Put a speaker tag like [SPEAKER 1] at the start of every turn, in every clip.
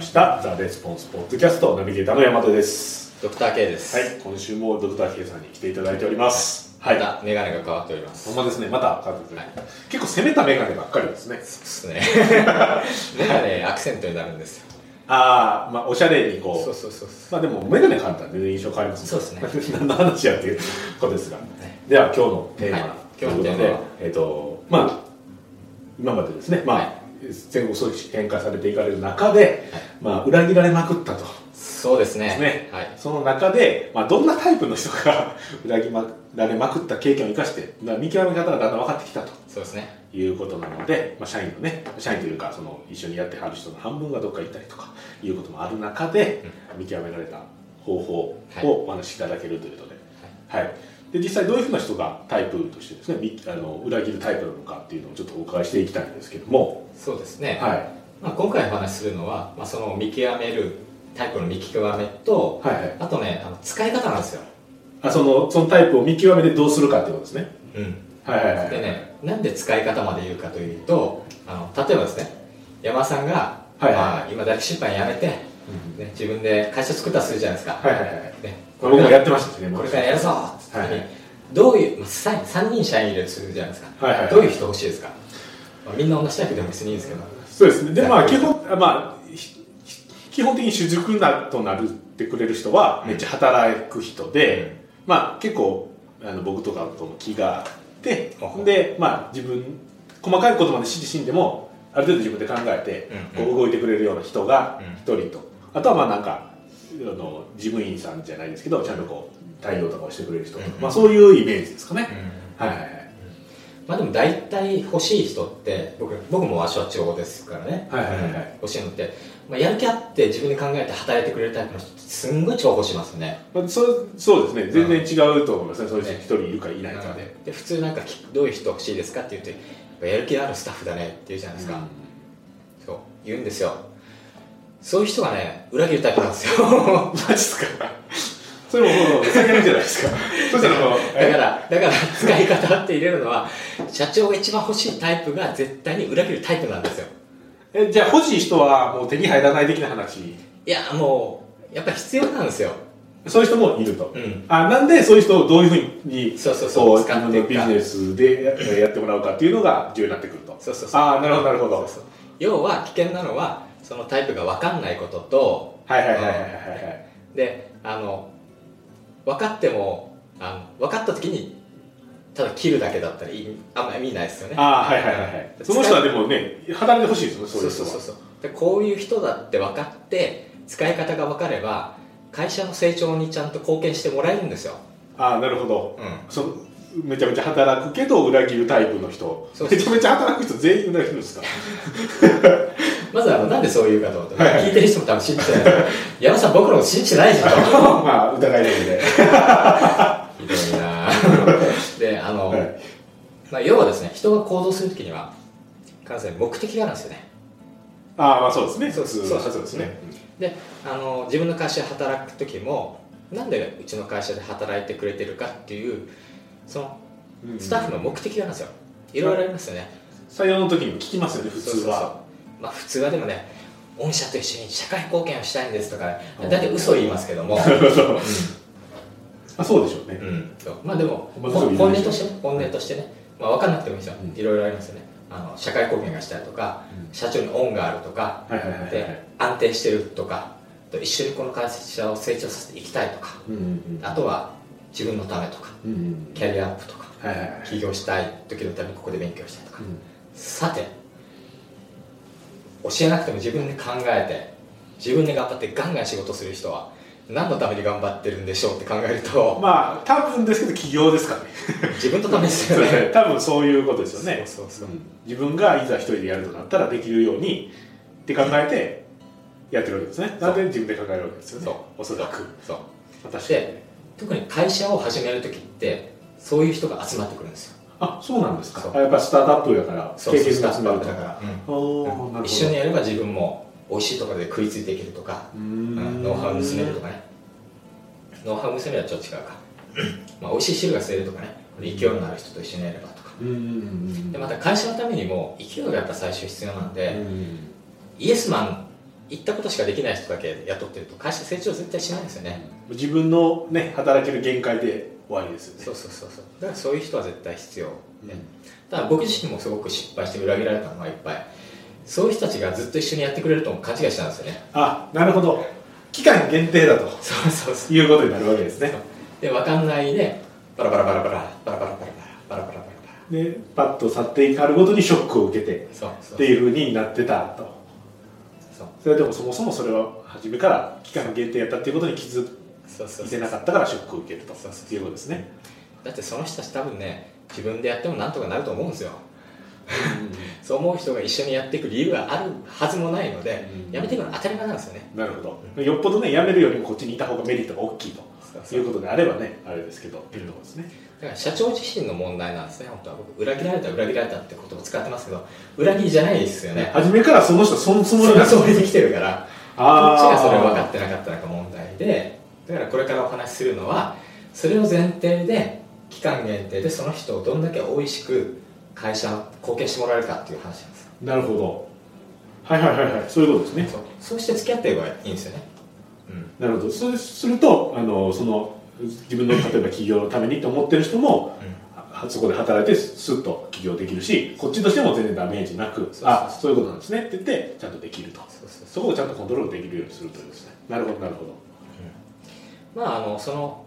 [SPEAKER 1] した「ザ・レスポンスポッドキャストナビゲーターの山手です
[SPEAKER 2] ドクター K です。
[SPEAKER 1] はい今週もドクター K さんに来ていただいておりますはい、
[SPEAKER 2] また、メガネが変わっております。
[SPEAKER 1] ほんまですねまた変わってくる結構攻めたメガネばっかりですね
[SPEAKER 2] そ うですね。メガネ、アクセントになるんですよ。
[SPEAKER 1] ああまあおしゃれにこう
[SPEAKER 2] そうそうそう。
[SPEAKER 1] まあでもメガネ変わったら全然印象変わります
[SPEAKER 2] そう
[SPEAKER 1] ですね何の話やっていうことですが、では今日のテーマ、
[SPEAKER 2] はい
[SPEAKER 1] ということ
[SPEAKER 2] 今日のテー
[SPEAKER 1] で
[SPEAKER 2] マは
[SPEAKER 1] えっ、とまあ今までですねまあ、
[SPEAKER 2] はい
[SPEAKER 1] 全国組織展開されていかれる中で、まあ裏切られまくったと
[SPEAKER 2] そうですね。
[SPEAKER 1] ね、
[SPEAKER 2] はい。
[SPEAKER 1] その中で、まあ、どんなタイプの人が 裏切られまくった経験を生かして、まあ見極め方がだんだん分かってきたと
[SPEAKER 2] そうですね。
[SPEAKER 1] いうことなので、まあ、社員のね、社員というか、その一緒にやってはる人の半分がどっか行ったりとかいうこともある中で、見極められた方法
[SPEAKER 2] はい
[SPEAKER 1] をお話しいただけるということで、はい。で、実際どういうふうな人がタイプとしてですね、みあの裏切るタイプなのかっていうのをちょっとお伺いしていきたいんですけども、
[SPEAKER 2] そうですね。
[SPEAKER 1] はい。
[SPEAKER 2] まあ、今回お話しするのは、まあ、その見極めるタイプの見極めと、
[SPEAKER 1] はいはい。
[SPEAKER 2] あとね、あの使い方なんですよ。
[SPEAKER 1] あ、その、そのタイプを見極めてどうするかっていうことですね。
[SPEAKER 2] うん。
[SPEAKER 1] はいはいはい。
[SPEAKER 2] でね、なんで使い方まで言うかというと、あの、例えばですね、山田さんが、
[SPEAKER 1] はいはい
[SPEAKER 2] まあ、今、抱き出版やめて、
[SPEAKER 1] うん
[SPEAKER 2] ね、自分で会社作ったとするじゃないですか。
[SPEAKER 1] はいはいはい。
[SPEAKER 2] ね、
[SPEAKER 1] 僕もやってましたしね、
[SPEAKER 2] これからやるぞっつって時に、
[SPEAKER 1] はい
[SPEAKER 2] どういう、まあ、3, 三人社員いるとするじゃないですか、
[SPEAKER 1] はいはいはい
[SPEAKER 2] どういう人欲しいですか、まあ、みんな同じタイプでも別にいいんですけど、
[SPEAKER 1] そうですね。で、まあ、
[SPEAKER 2] はい
[SPEAKER 1] 基本、あまあ、ひひ基本的に主軸なとなるってくれる人は、めっちゃ働く人で、まあ、結構、あの僕とかとも気があって
[SPEAKER 2] あほ、う
[SPEAKER 1] で、まあ、自分、細かいことまで指示しんでも、ある程度自分で考えて、
[SPEAKER 2] うん
[SPEAKER 1] こう動いてくれるような人が
[SPEAKER 2] うん
[SPEAKER 1] 一人と、あとはまあ、なんか、あの事務員さんじゃないですけど、ちゃんとこう、対応とかをしてくれる人とか
[SPEAKER 2] うんうん
[SPEAKER 1] まあ、そういうイメージですかね。はいはいはい。
[SPEAKER 2] まあ、でも大体欲しい人って僕僕もわしは地方ですからね、
[SPEAKER 1] はいはいはいはい
[SPEAKER 2] うん欲しいのって、まあ、やる気あって自分で考えて働いてくれるタイプの人ってすんごい重宝しますね
[SPEAKER 1] まあ、そそうですね、全然違うと思いますね、そういう人一人いるかいないかで。
[SPEAKER 2] で普通なんかきどういう人欲しいですかって言うとやっぱやる気のあるスタッフだねって言うじゃないですか、そう言うんですよそういう人がね裏切るタイプなんですよ
[SPEAKER 1] マジっすか。それももう、酒飲みじゃない ですか。そしたらもう、
[SPEAKER 2] だか
[SPEAKER 1] え
[SPEAKER 2] ら、だから使い方って入れるのは、社長が一番欲しいタイプが絶対に裏切るタイプなんですよ。
[SPEAKER 1] えじゃあ欲しい人はもう手に入らない的な話、
[SPEAKER 2] いや、もう、やっぱ必要なんですよ。
[SPEAKER 1] そういう人もいると。
[SPEAKER 2] うん。
[SPEAKER 1] あなんで、そういう人をどういうふうに、
[SPEAKER 2] そうそうそう
[SPEAKER 1] こ
[SPEAKER 2] 使
[SPEAKER 1] 自
[SPEAKER 2] っ
[SPEAKER 1] 分
[SPEAKER 2] てい
[SPEAKER 1] の
[SPEAKER 2] くか
[SPEAKER 1] ビジネスでややってもらうかっていうのが重要になってくると。
[SPEAKER 2] そうそうそう。
[SPEAKER 1] あーなるほどなるほど
[SPEAKER 2] そうそう要は、危険なのは、そのタイプが分かんないことと、
[SPEAKER 1] はいはいはいはいはいはい。
[SPEAKER 2] で、あの、分かっても、あの分かった時に、ただ切るだけだったらいいあんまり意味ないですよね。
[SPEAKER 1] あーはいはいはいはい。その人はでもね、働いてほしいですよね、そうい
[SPEAKER 2] そ
[SPEAKER 1] うう人
[SPEAKER 2] そう
[SPEAKER 1] は。
[SPEAKER 2] そうそうでこういう人だって分かって使い方が分かれば会社の成長にちゃんと貢献してもらえるんですよ、
[SPEAKER 1] ああ、なるほど。
[SPEAKER 2] うん、
[SPEAKER 1] そのめちゃめちゃ働くけど裏切るタイプの人
[SPEAKER 2] そう
[SPEAKER 1] めちゃめちゃ働く人全員裏切るん ですか
[SPEAKER 2] まずあのなんでそう言うかと思って、
[SPEAKER 1] はいはい
[SPEAKER 2] 聞いてる人も多分信 じてないですけど山田さん僕のこと信じてないじゃんと
[SPEAKER 1] まあ疑いの目で
[SPEAKER 2] ひどいなあであの、
[SPEAKER 1] はい
[SPEAKER 2] まあ、要はですね人が行動するときには必ず目的があるんですよね
[SPEAKER 1] ああまあそうですね
[SPEAKER 2] そうそう
[SPEAKER 1] 普通はそうですね
[SPEAKER 2] であの自分の会社で働く時もなんでうちの会社で働いてくれてるかっていうその
[SPEAKER 1] うん
[SPEAKER 2] スタッフの目的があるんですよいろいろありますよね、
[SPEAKER 1] 採用の時にも聞きますよね普
[SPEAKER 2] そうそう
[SPEAKER 1] 通
[SPEAKER 2] そう
[SPEAKER 1] は
[SPEAKER 2] まあ普通はでもね御社と一緒に社会貢献をしたいんですとか
[SPEAKER 1] うん
[SPEAKER 2] 大体嘘を言いますけども、
[SPEAKER 1] まあそうでしょうね
[SPEAKER 2] うんそうまあでも
[SPEAKER 1] まあ嘘
[SPEAKER 2] 本
[SPEAKER 1] を言う
[SPEAKER 2] 本音としてね本音としてね、まあ、分かんなくてもいいですよ
[SPEAKER 1] うん
[SPEAKER 2] いろいろありますよねあの社会貢献がしたいとか
[SPEAKER 1] うん
[SPEAKER 2] 社長に恩があるとか
[SPEAKER 1] はいはいはいはい
[SPEAKER 2] で安定してるとかあと一緒にこの会社を成長させていきたいとか
[SPEAKER 1] うんうん
[SPEAKER 2] あとは自分のためとか
[SPEAKER 1] うんうん
[SPEAKER 2] キャリアアップとか
[SPEAKER 1] はいはいはい
[SPEAKER 2] 起業したい時のためにここで勉強したいとか、
[SPEAKER 1] うん
[SPEAKER 2] さて教えなくても自分で考えて自分で頑張ってガンガン仕事する人は何のために頑張ってるんでしょうって考える と
[SPEAKER 1] まあ多分ですけど起業ですかね
[SPEAKER 2] 自分のためで す
[SPEAKER 1] そう
[SPEAKER 2] よ
[SPEAKER 1] ですね
[SPEAKER 2] ね
[SPEAKER 1] 多分そういうことですよね
[SPEAKER 2] そうそうそう、
[SPEAKER 1] うん自分がいざ一人でやるとなったらできるようにって考えてやってるわけですね
[SPEAKER 2] そう
[SPEAKER 1] なんで自分で考えるわけですよね
[SPEAKER 2] そう
[SPEAKER 1] おそらく
[SPEAKER 2] そう
[SPEAKER 1] まあ確かに
[SPEAKER 2] で特に会社を始める時ってそういう人が集まってくるんですよ
[SPEAKER 1] あそうなんです
[SPEAKER 2] そう
[SPEAKER 1] かあやっぱスタートアップだから
[SPEAKER 2] そう
[SPEAKER 1] 経
[SPEAKER 2] そう
[SPEAKER 1] 験
[SPEAKER 2] スタ
[SPEAKER 1] が
[SPEAKER 2] ー
[SPEAKER 1] 集
[SPEAKER 2] ト
[SPEAKER 1] ま
[SPEAKER 2] ア
[SPEAKER 1] る
[SPEAKER 2] ップ
[SPEAKER 1] と
[SPEAKER 2] だか、
[SPEAKER 1] からお
[SPEAKER 2] うん
[SPEAKER 1] ーなるほど
[SPEAKER 2] 一緒にやれば自分も美味しいところで食いついていけるとか
[SPEAKER 1] うー
[SPEAKER 2] うん
[SPEAKER 1] ん
[SPEAKER 2] ノウハウ娘とかねノウハウ娘はちょっと 違うかまあ美味しい汁が吸えるとかね勢いのある人と一緒にやればとか
[SPEAKER 1] うんうんうん
[SPEAKER 2] でまた会社のためにも勢いがやっぱ最初必要なんで、
[SPEAKER 1] うん
[SPEAKER 2] イエスマン行ったことしかできない人だけ雇ってると会社成長絶対しないんですよね、
[SPEAKER 1] 自分のね働ける限界で終わりですよね
[SPEAKER 2] そうそうそうそうだからそういう人は絶対必要、ね
[SPEAKER 1] うん
[SPEAKER 2] ただ僕自身もすごく失敗して裏切られたのがいっぱいそういう人たちがずっと一緒にやってくれるとも勘違いしたんですよね
[SPEAKER 1] あなるほど期間限定だと
[SPEAKER 2] そうそうそ
[SPEAKER 1] いうことになるわけですね
[SPEAKER 2] で分かんないでバラバラバラバラバラバラバラバラバラバラバラバラ
[SPEAKER 1] でパッと去っていかるごとにショックを受けて
[SPEAKER 2] そうそう
[SPEAKER 1] っていうふうになってたと
[SPEAKER 2] そう
[SPEAKER 1] それでもそもそもそれは初めから期間限定やったっていうことに気づ
[SPEAKER 2] そうそう
[SPEAKER 1] い
[SPEAKER 2] そ
[SPEAKER 1] て
[SPEAKER 2] う
[SPEAKER 1] なかったからショックを受けると
[SPEAKER 2] そうそうそう
[SPEAKER 1] いうことですね
[SPEAKER 2] だってその人たち多分ね自分でやってもなんとかなると思うんですよそう思う人が一緒にやっていく理由があるはずもないので、
[SPEAKER 1] うん
[SPEAKER 2] やめていくのは当たり前なんですよね
[SPEAKER 1] なるほどよっぽどねやめるよりもこっちにいた方がメリットが大きいと
[SPEAKER 2] そう
[SPEAKER 1] いうことであればねあれですけどっていうところですね
[SPEAKER 2] だから社長自身の問題なんですね本当は僕裏切られた裏切られたって言葉使ってますけど裏切りじゃないですよね
[SPEAKER 1] 初めからその人そのつもり
[SPEAKER 2] そ
[SPEAKER 1] な
[SPEAKER 2] れ
[SPEAKER 1] ん
[SPEAKER 2] つもりできてるからこっちがそれを分か
[SPEAKER 1] あ
[SPEAKER 2] ってなかったのが問題でだからこれからお話しするのはそれを前提で期間限定でその人をどんだけ美味しく会社に貢献してもらえるかっていう話なんです
[SPEAKER 1] あなるほどはいはいはいはいそういうことですね
[SPEAKER 2] そうそうして付き合っていけばいいんですよねうん
[SPEAKER 1] なるほどそうするとあのその自分の例えば企業のためにと思ってる人もあそこで働いてスッと起業できるしこっちとしても全然ダメージなく
[SPEAKER 2] そう
[SPEAKER 1] あそういうことなんですねって言ってちゃんとできると
[SPEAKER 2] そうそう
[SPEAKER 1] そこをちゃんとコントロールできるようにするということですねなるほどなるほど
[SPEAKER 2] まああのその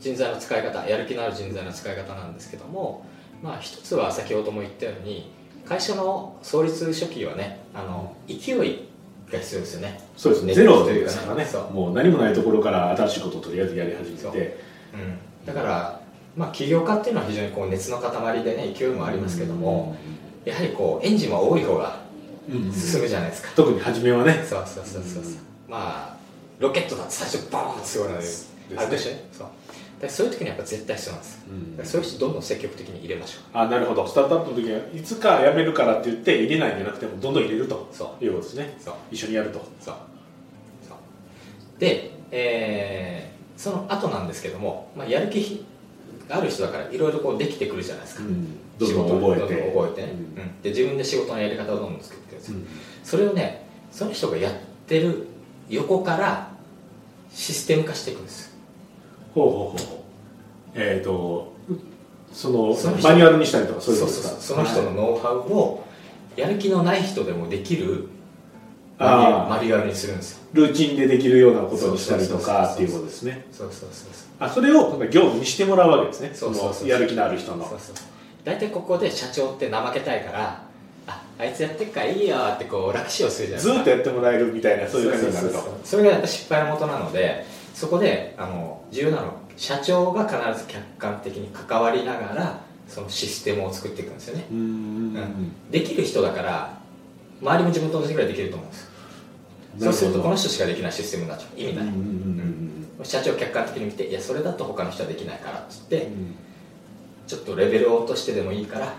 [SPEAKER 2] 人材の使い方やる気のある人材の使い方なんですけどもまあ一つは先ほども言ったように会社の創立初期はねあの勢いが必要ですよね
[SPEAKER 1] そうですね
[SPEAKER 2] 熱
[SPEAKER 1] ゼ
[SPEAKER 2] 気
[SPEAKER 1] ロ
[SPEAKER 2] という
[SPEAKER 1] で
[SPEAKER 2] かね
[SPEAKER 1] すからね
[SPEAKER 2] そう
[SPEAKER 1] もう何もないところから新しいことをとりあえずやり始
[SPEAKER 2] そ
[SPEAKER 1] め
[SPEAKER 2] う
[SPEAKER 1] て
[SPEAKER 2] うん、だから、まあ、起業家っていうのは非常にこう熱の塊でね勢いもありますけども、やはりこうエンジンは多い方が
[SPEAKER 1] うんうん
[SPEAKER 2] 進むじゃないですか、
[SPEAKER 1] 特に初めはね
[SPEAKER 2] そうそうそうそうそう、
[SPEAKER 1] うん
[SPEAKER 2] まあロケットだって最初バーンってすごいので
[SPEAKER 1] ですね
[SPEAKER 2] あるでしょそうだからそういう時にやっぱ絶対必要なんですだからそういう人どんどん積極的に入れましょ
[SPEAKER 1] あなるほどスタートアップの時はいつか辞めるからって言って入れないんじゃなくてもうどんどん入れると
[SPEAKER 2] うそう
[SPEAKER 1] いうことですね
[SPEAKER 2] そう
[SPEAKER 1] 一緒にやると
[SPEAKER 2] そうそうで、えーその後なんですけども、まあ、やる気がある人だからいろいろこうできてくるじゃないですか、
[SPEAKER 1] どんどん覚えて
[SPEAKER 2] どんどん覚えてね、
[SPEAKER 1] うん
[SPEAKER 2] うんで自分で仕事のやり方をどんどん作ってるんですよ、
[SPEAKER 1] うん
[SPEAKER 2] それをねその人がやってる横からシステム化していくんです
[SPEAKER 1] ほうほうほうほうえっ、ー、とその
[SPEAKER 2] その人
[SPEAKER 1] マニュアルにしたりとかそういう
[SPEAKER 2] そ
[SPEAKER 1] こ
[SPEAKER 2] う
[SPEAKER 1] と
[SPEAKER 2] そ
[SPEAKER 1] で
[SPEAKER 2] う
[SPEAKER 1] すか
[SPEAKER 2] そうその人の
[SPEAKER 1] はい
[SPEAKER 2] ノウハウをやる気のない人でもできる
[SPEAKER 1] あー
[SPEAKER 2] マニュアルにするんですよ
[SPEAKER 1] ルーチンでできるようなことにしたりとかっ
[SPEAKER 2] そ
[SPEAKER 1] て
[SPEAKER 2] うそう
[SPEAKER 1] いうこ
[SPEAKER 2] そうそう
[SPEAKER 1] とですね
[SPEAKER 2] そうそうそうそう
[SPEAKER 1] あそれを今度業務にしてもらうわけですね
[SPEAKER 2] そうそうそう
[SPEAKER 1] のやる気のある人の
[SPEAKER 2] そうそう大体ここで社長って怠けたいからああいつやってっからいいよってこう楽しをするじゃない
[SPEAKER 1] ず
[SPEAKER 2] ですか
[SPEAKER 1] ーっとやってもらえるみたいなそういう感じになる
[SPEAKER 2] そうそうそう
[SPEAKER 1] と
[SPEAKER 2] それがやっぱ失敗のもとなのでそこであの重要なのは社長が必ず客観的に関わりながらそのシステムを作っていくんですよね
[SPEAKER 1] うーん
[SPEAKER 2] できる人だから周りも自分と同じぐらいできると思うんですよそうするとこの人しかできないシステムになっちゃう意味
[SPEAKER 1] うん
[SPEAKER 2] な
[SPEAKER 1] うん
[SPEAKER 2] い、
[SPEAKER 1] うん
[SPEAKER 2] 社長を客観的に見ていやそれだと他の人はできないからっつ
[SPEAKER 1] う
[SPEAKER 2] って
[SPEAKER 1] ん
[SPEAKER 2] ちょっとレベルを落としてでもいいから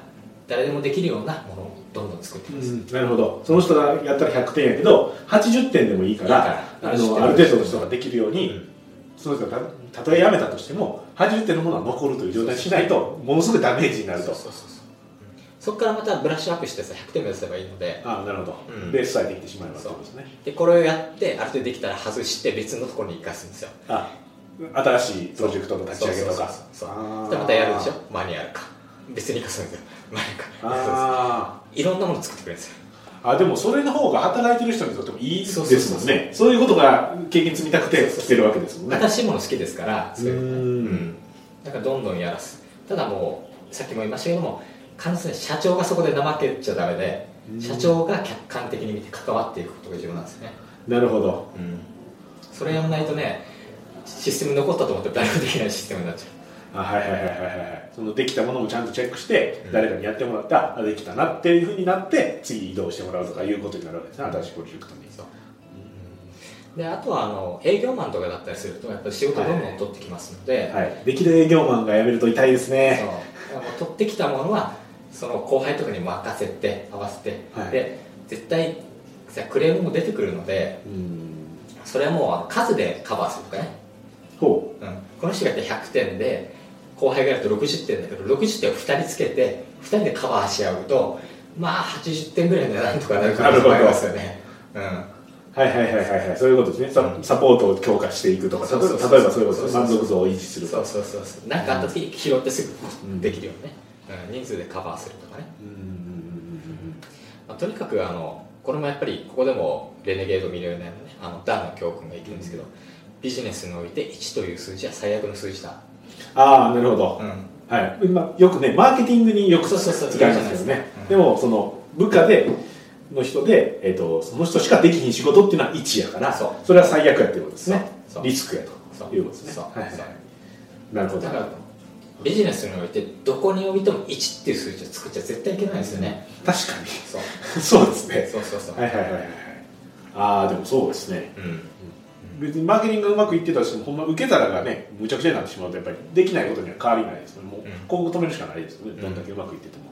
[SPEAKER 2] 誰でもできるようなものをどんどん作っていくん
[SPEAKER 1] う
[SPEAKER 2] です、
[SPEAKER 1] んなるほどその人がやったら100点やけど80点でもいいから
[SPEAKER 2] いいから
[SPEAKER 1] あのある程度の人ができるように、その人がたたとえ辞めたとしても80点のものは残るという状態にしないとものすごいダメージになると
[SPEAKER 2] そうそうそうそうそこからまたブラッシュアップしてさ100点目指せばいいので
[SPEAKER 1] ああなるほど、
[SPEAKER 2] うん
[SPEAKER 1] で伝えてきてしまえばってことですね
[SPEAKER 2] でこれをやってある程度できたら外して別のところに生かすんですよ
[SPEAKER 1] あ新しいプロジェクトの立ち上げとか
[SPEAKER 2] そうそうそうそう
[SPEAKER 1] あー
[SPEAKER 2] そしたらまたやるでしょマニュアルか別に生かすんですよマニュアルか
[SPEAKER 1] あ
[SPEAKER 2] いろんなもの作ってくれるんですよ
[SPEAKER 1] ーあでもそれの方が働いてる人にとってもいいですもんね
[SPEAKER 2] そう
[SPEAKER 1] そう
[SPEAKER 2] そうそう
[SPEAKER 1] いうことが経験積みたくて来てるわけですもんね
[SPEAKER 2] 新しいもの好きですからそういうの
[SPEAKER 1] うーん
[SPEAKER 2] うんだからどんどんやらすただもうさっきも言いましたけども完全に社長がそこで怠けちゃダメで
[SPEAKER 1] うん
[SPEAKER 2] 社長が客観的に見て関わっていくことが重要 なんですね
[SPEAKER 1] なるほど
[SPEAKER 2] うんそれやんないとねシステム残ったと思って誰もできないシステムになっちゃ
[SPEAKER 1] あ
[SPEAKER 2] う
[SPEAKER 1] はいはいはいはいはいはいそのできたものもちゃんとチェックして、
[SPEAKER 2] うん
[SPEAKER 1] 誰かにやってもらってあできたなっていうふうになって次移動してもらうとかいうことになるわけですね新しいプロジェクトに
[SPEAKER 2] そうであとはあの営業マンとかだったりするとやっぱり仕事どんどん取ってきますので、
[SPEAKER 1] はい、できる営業マンが辞めると痛いです
[SPEAKER 2] そ
[SPEAKER 1] ね
[SPEAKER 2] うだからもう取ってきたものはその後輩とかに任せて合わせて、
[SPEAKER 1] はい
[SPEAKER 2] で絶対さクレームも出てくるので
[SPEAKER 1] うん
[SPEAKER 2] それはもうあの数でカバーするとかね、
[SPEAKER 1] ほ
[SPEAKER 2] うん、この人がやって100点で後輩がやると60点だけど60点を2人つけて2人でカバーし合うとまあ80点ぐらいでなんとかなる可能性もありますよね、うん、
[SPEAKER 1] うはいはいはいはいはいそういうことですねササポートを強化していくとか
[SPEAKER 2] そう
[SPEAKER 1] 例え
[SPEAKER 2] そうそう
[SPEAKER 1] ば例えばそういうことですね
[SPEAKER 2] そう
[SPEAKER 1] 満
[SPEAKER 2] そうそう
[SPEAKER 1] 足度を維持すると
[SPEAKER 2] そ
[SPEAKER 1] か
[SPEAKER 2] うそうそうそう何かあった時に拾ってす
[SPEAKER 1] うん
[SPEAKER 2] ぐできるよね、うん人数でカバーするとかね、
[SPEAKER 1] うんうんうん
[SPEAKER 2] まあ、とにかくあのこれもやっぱりここでもレネゲードミリオネアのねあのダンの教訓が言ってるんですけど、ビジネスにおいて1という数字は最悪の数字だ、
[SPEAKER 1] ああなるほど、
[SPEAKER 2] ん、
[SPEAKER 1] はい今よくねマーケティングによく使
[SPEAKER 2] そううんそうそ
[SPEAKER 1] で
[SPEAKER 2] う
[SPEAKER 1] すよ
[SPEAKER 2] 言うじゃな
[SPEAKER 1] ね
[SPEAKER 2] いですかうん
[SPEAKER 1] でもその部下での人で、えっとその人しかできひん仕事っていうのは1やから
[SPEAKER 2] そう
[SPEAKER 1] れは最悪やっていうことですね
[SPEAKER 2] そうそう
[SPEAKER 1] リスクや
[SPEAKER 2] そ
[SPEAKER 1] と
[SPEAKER 2] う
[SPEAKER 1] いうことですね
[SPEAKER 2] そう
[SPEAKER 1] はいはい
[SPEAKER 2] そう
[SPEAKER 1] なるほど
[SPEAKER 2] だからビジネスにおいてどこにおいても1っていう数字を作っちゃ絶対いけないですよね、
[SPEAKER 1] 確か
[SPEAKER 2] そう
[SPEAKER 1] にそうですね
[SPEAKER 2] そうそうそう、
[SPEAKER 1] はいはいはいはいはいああでもそうですね
[SPEAKER 2] うん
[SPEAKER 1] 別にマーケティングがうまくいってたとしてもほんま受け皿がねむちゃくちゃになってしまうとやっぱりできないことには変わりないですよねもう
[SPEAKER 2] うん
[SPEAKER 1] 広告止めるしかないですよね、
[SPEAKER 2] ん
[SPEAKER 1] どんだけうまくいってても、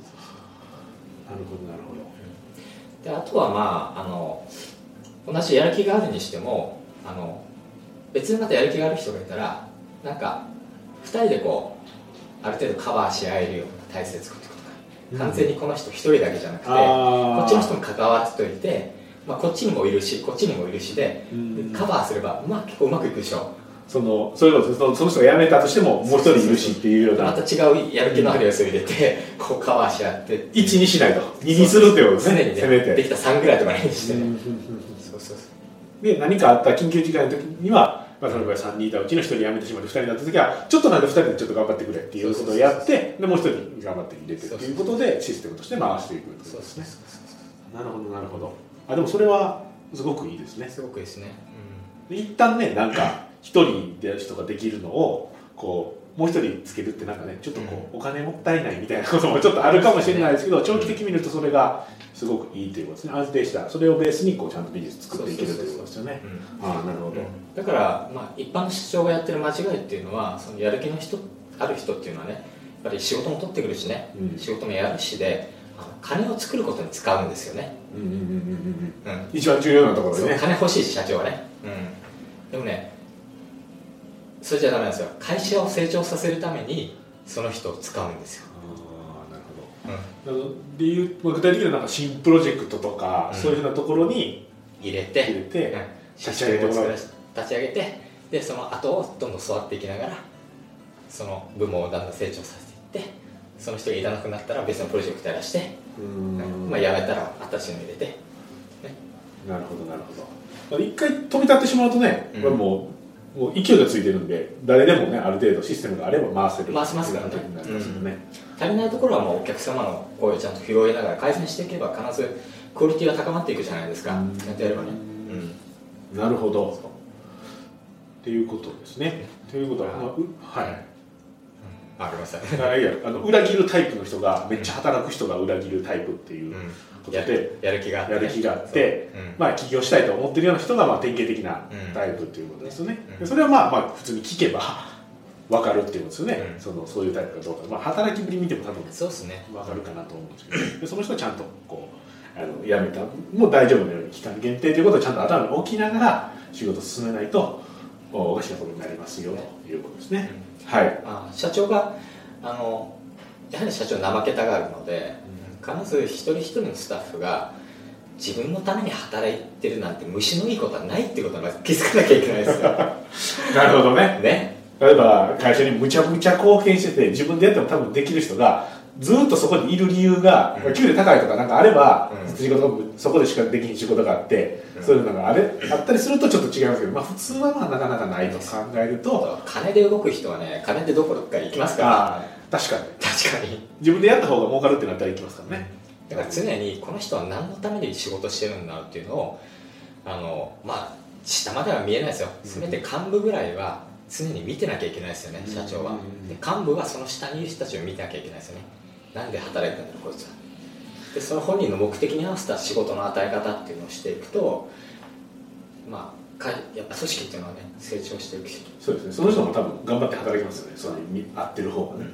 [SPEAKER 1] なるほどなるほど
[SPEAKER 2] であとはまああの同じやる気があるにしてもあの別にまたやる気がある人がいたらなんか2人でこうある程度カバーし合えるような体制作っていくとか、
[SPEAKER 1] うん
[SPEAKER 2] 完全にこの人1人だけじゃなくてこ
[SPEAKER 1] あ
[SPEAKER 2] っちの人も関わっておいて、まあ、こっちにもいるしこっちにもいるしでで
[SPEAKER 1] 人
[SPEAKER 2] カバーすれば、まあ、結構うまくいくでしょ
[SPEAKER 1] そのそういうことですそのその人が辞めたとしてももう一人いるしっていうよう
[SPEAKER 2] ま
[SPEAKER 1] な
[SPEAKER 2] た違うやる気のあるやつを入れて、こうカバーし合って
[SPEAKER 1] 位置にしないと2にするってことです
[SPEAKER 2] 常に
[SPEAKER 1] ね
[SPEAKER 2] ね
[SPEAKER 1] せめ
[SPEAKER 2] で
[SPEAKER 1] て
[SPEAKER 2] きた3ぐらいとかにして
[SPEAKER 1] う
[SPEAKER 2] ね、
[SPEAKER 1] んうんうん
[SPEAKER 2] そうそうそう
[SPEAKER 1] で何かあった緊急事態の時には、まあ、例えば3人いたうちの1人辞めてしまって2人だった時はちょっとなんで2人でちょっと頑張ってくれっていうことをやってでもう1人頑張って入れてっていうことでシステムとして回していくってこと
[SPEAKER 2] そう
[SPEAKER 1] です
[SPEAKER 2] そう
[SPEAKER 1] ね
[SPEAKER 2] そ
[SPEAKER 1] な
[SPEAKER 2] う
[SPEAKER 1] るほどなるほどあでもそれはすごくいいですね
[SPEAKER 2] すごくですね、
[SPEAKER 1] で一旦ねなんか一人で人ができるのをこうもう一人つけるってなんかねちょっとこう、お金もったいないみたいなこともちょっとあるかもしれないですけど長期的に見るとそれがすごくいいということですね安定したそれをベースにこうちゃんとビジネス作っていけるということですよね
[SPEAKER 2] うん
[SPEAKER 1] ああなるほど、
[SPEAKER 2] だから、まあ、一般の社長がやってる間違いっていうのはそのやる気の人ある人っていうのはねやっぱり仕事も取ってくるしね、
[SPEAKER 1] うん
[SPEAKER 2] 仕事もやるしであの金を作ることに使うんですよね、
[SPEAKER 1] うんうんうんうんうん
[SPEAKER 2] うん
[SPEAKER 1] 一番重要なところ
[SPEAKER 2] そう
[SPEAKER 1] でね
[SPEAKER 2] 金欲しいし社長はね、うん、でもねそれじゃダメなんですよ会社を成長させるためにその人を使うんですよ、
[SPEAKER 1] ああなるほど
[SPEAKER 2] うん
[SPEAKER 1] なのでいうまあ具体的にはなんか新プロジェクトとか、
[SPEAKER 2] うん
[SPEAKER 1] そういうふうなところに
[SPEAKER 2] 入れて
[SPEAKER 1] 入れて、
[SPEAKER 2] うん
[SPEAKER 1] 立ち上げてもらう
[SPEAKER 2] 立ち上げてでその後をどんどん育っていきながらその部門をだんだん成長させていってその人がいらなくなったら別のプロジェクトやらして、
[SPEAKER 1] うん
[SPEAKER 2] まあ、やめたら私の入れて
[SPEAKER 1] なるほどなるほどまあ一回飛び立ってしまうとね、
[SPEAKER 2] うん
[SPEAKER 1] これもうもう勢いがついてるんで誰でもねある程度システムがあれば回せる
[SPEAKER 2] 回せますからね
[SPEAKER 1] っていうことになりますよね、
[SPEAKER 2] 足りないところはもうお客様の声をちゃんと拾いながら改善していけば必ずクオリティは高まっていくじゃないですか、
[SPEAKER 1] うん
[SPEAKER 2] ちゃんとやればね、
[SPEAKER 1] う
[SPEAKER 2] うんん、
[SPEAKER 1] なるほど
[SPEAKER 2] そ
[SPEAKER 1] っ
[SPEAKER 2] う
[SPEAKER 1] ていうことですねということは、まあうはい
[SPEAKER 2] ありましたね、
[SPEAKER 1] あいやあの裏切るタイプの人がめっちゃ働く人が裏切るタイプっていうこと
[SPEAKER 2] や
[SPEAKER 1] で、
[SPEAKER 2] やる気があって
[SPEAKER 1] やる気があって
[SPEAKER 2] そううん
[SPEAKER 1] まあ起業したいと思ってるような人がまあ典型的な
[SPEAKER 2] うん
[SPEAKER 1] タイプということですよね、
[SPEAKER 2] うん
[SPEAKER 1] でそれはまあまあ普通に聞けば分かるっていうことですよね、
[SPEAKER 2] うん
[SPEAKER 1] そのそういうタイプかどうか、まあ、働きぶり見ても多分
[SPEAKER 2] そうですね
[SPEAKER 1] わかるかなと思うんですけどでその人はちゃんとこうあの辞めたもう大丈夫なように期間限定ということをちゃんと頭に置きながら仕事を進めないとおおかしなことになりますよということですね、 はい
[SPEAKER 2] まあ、社長があのやはり社長は怠けたがるので必ず一人一人のスタッフが自分のために働いてるなんて虫のいいことはないってことは気づかなきゃいけないで すよ
[SPEAKER 1] なるほどね
[SPEAKER 2] ね
[SPEAKER 1] 例えば会社にむちゃむちゃ貢献してて自分でやっても多分できる人がずっとそこにいる理由が、
[SPEAKER 2] うん
[SPEAKER 1] 給料高いとかなんかあれば、
[SPEAKER 2] うん
[SPEAKER 1] 仕事もそこでしかできひん仕事があって、
[SPEAKER 2] うん
[SPEAKER 1] そういうのがあれあったりするとちょっと違いますけど、まあ、普通はまあなかなかないと考えると、
[SPEAKER 2] 金で動く人はね金でどこかに行きますから
[SPEAKER 1] あー確かに
[SPEAKER 2] 確かに
[SPEAKER 1] 自分でやった方が儲かるってなったらいきますからね、
[SPEAKER 2] だから常にこの人は何のために仕事してるんだろうっていうのをあのまあ下までは見えないですよ
[SPEAKER 1] うん
[SPEAKER 2] せめて幹部ぐらいは常に見てなきゃいけないですよね社
[SPEAKER 1] う
[SPEAKER 2] 長は
[SPEAKER 1] んうんうん
[SPEAKER 2] で幹部はその下にいる人たちを見てなきゃいけないですよねなんで働いてんだろうこいつはでその本人の目的に合わせた仕事の与え方っていうのをしていくとまあかやっぱ組織っていうのはね成長していくし
[SPEAKER 1] そうですねその人も多分頑張って働きますよねそれに合ってる方がね、うん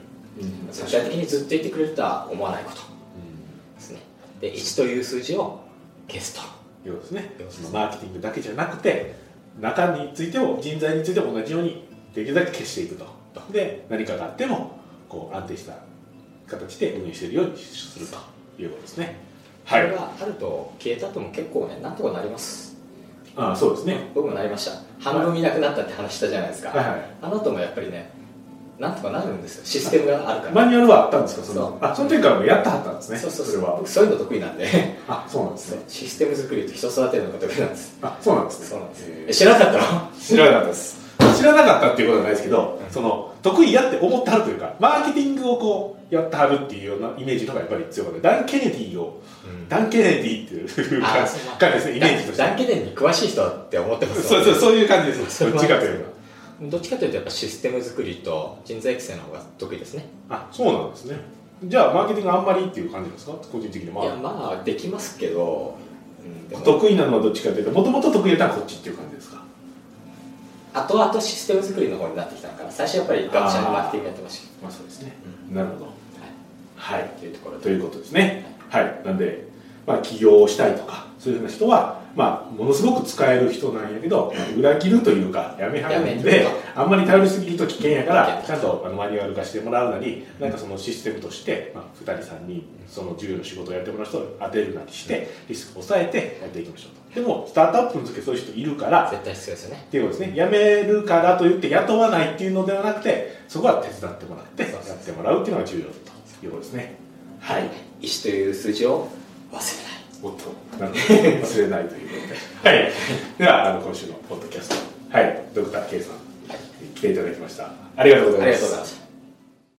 [SPEAKER 2] 絶対的にずっといてくれるとは思わないことですねで1という数字を消すと
[SPEAKER 1] ようですね
[SPEAKER 2] ようですね
[SPEAKER 1] マーケティングだけじゃなくて中についても人材についても同じようにできるだけ消していくとで何かがあってもこう安定した形で運営しているようにするということですねは
[SPEAKER 2] こ
[SPEAKER 1] い
[SPEAKER 2] れがあると消えたとも結構ねなんとかなります
[SPEAKER 1] ああそうですね
[SPEAKER 2] 僕もなりました半分いなくなったって話したじゃないですか、
[SPEAKER 1] はいは
[SPEAKER 2] あの後もやっぱりねなんとかなるんですよシステムがあるか
[SPEAKER 1] い
[SPEAKER 2] ら、
[SPEAKER 1] マニュアルはあったんですかその
[SPEAKER 2] そう
[SPEAKER 1] あその時からもうやったはったんですね
[SPEAKER 2] そうそう
[SPEAKER 1] そ
[SPEAKER 2] そう
[SPEAKER 1] れは
[SPEAKER 2] 僕そういうの得意なんで
[SPEAKER 1] あそうなんですね
[SPEAKER 2] システム作りと人育てるのが得意なんです
[SPEAKER 1] あそうなんですね
[SPEAKER 2] そうなんです
[SPEAKER 1] へ
[SPEAKER 2] え知らなかったの
[SPEAKER 1] 知らなかったです知らなかったっていうことはないですけど、
[SPEAKER 2] うん
[SPEAKER 1] その得意やって思ってはるというかマーケティングをこうやってはるっていうようなイメージの方がやっぱり強かったダン・ケネディをダン・ケネディっていう
[SPEAKER 2] あ
[SPEAKER 1] 感
[SPEAKER 2] そうな
[SPEAKER 1] じ
[SPEAKER 2] んだ
[SPEAKER 1] 感じですねイメージとして
[SPEAKER 2] ダンケデンに詳しい人だって思ってます
[SPEAKER 1] そうそうそういう感じです
[SPEAKER 2] それ
[SPEAKER 1] ど
[SPEAKER 2] は
[SPEAKER 1] っちかというと
[SPEAKER 2] どっちかというとやっぱシステム作りと人材育成の方が得意ですね、
[SPEAKER 1] あそうなんですねじゃあマーケティングあんまりっていう感じですか個人的にはい
[SPEAKER 2] やまあできますけど、うん、でも
[SPEAKER 1] 得意なのはどっちかというともともと得意だったらこっちっていう感じですか
[SPEAKER 2] 後々システム作りの方になってきたから最初やっぱり学者のマーケティングやってました
[SPEAKER 1] まあそうですね
[SPEAKER 2] けど、
[SPEAKER 1] なるほどは
[SPEAKER 2] はいい、というところで
[SPEAKER 1] ということですねはいなんでまあ起業をしたいとかそういうふうな人はまあものすごく使える人なんやけど裏切るというかやめはるん
[SPEAKER 2] やめ
[SPEAKER 1] で
[SPEAKER 2] とか
[SPEAKER 1] あんまり頼りすぎると危険やか
[SPEAKER 2] 危
[SPEAKER 1] ら
[SPEAKER 2] 険
[SPEAKER 1] ちゃんとあのマニュアル化してもらうなりなんかそのシステムとして、まあ、2人3人その重要な仕事をやってもらう人を当てるなりしてリスクを抑えてやっていきましょうとでもスタートアップの時はそういう人いるから
[SPEAKER 2] 絶対必要ですよね
[SPEAKER 1] っていうことですね辞めるからといって雇わないっていうのではなくてそこは手伝ってもらってや
[SPEAKER 2] そうそう
[SPEAKER 1] ってもらうっていうのが重要だということですねはい
[SPEAKER 2] 意思という数字を忘れない
[SPEAKER 1] おっとなるほど忘れないということではいではあの今週のポッドキャストはいドクター K さん、
[SPEAKER 2] はい
[SPEAKER 1] 来ていただきましたありがとうございます
[SPEAKER 2] ありがとうございました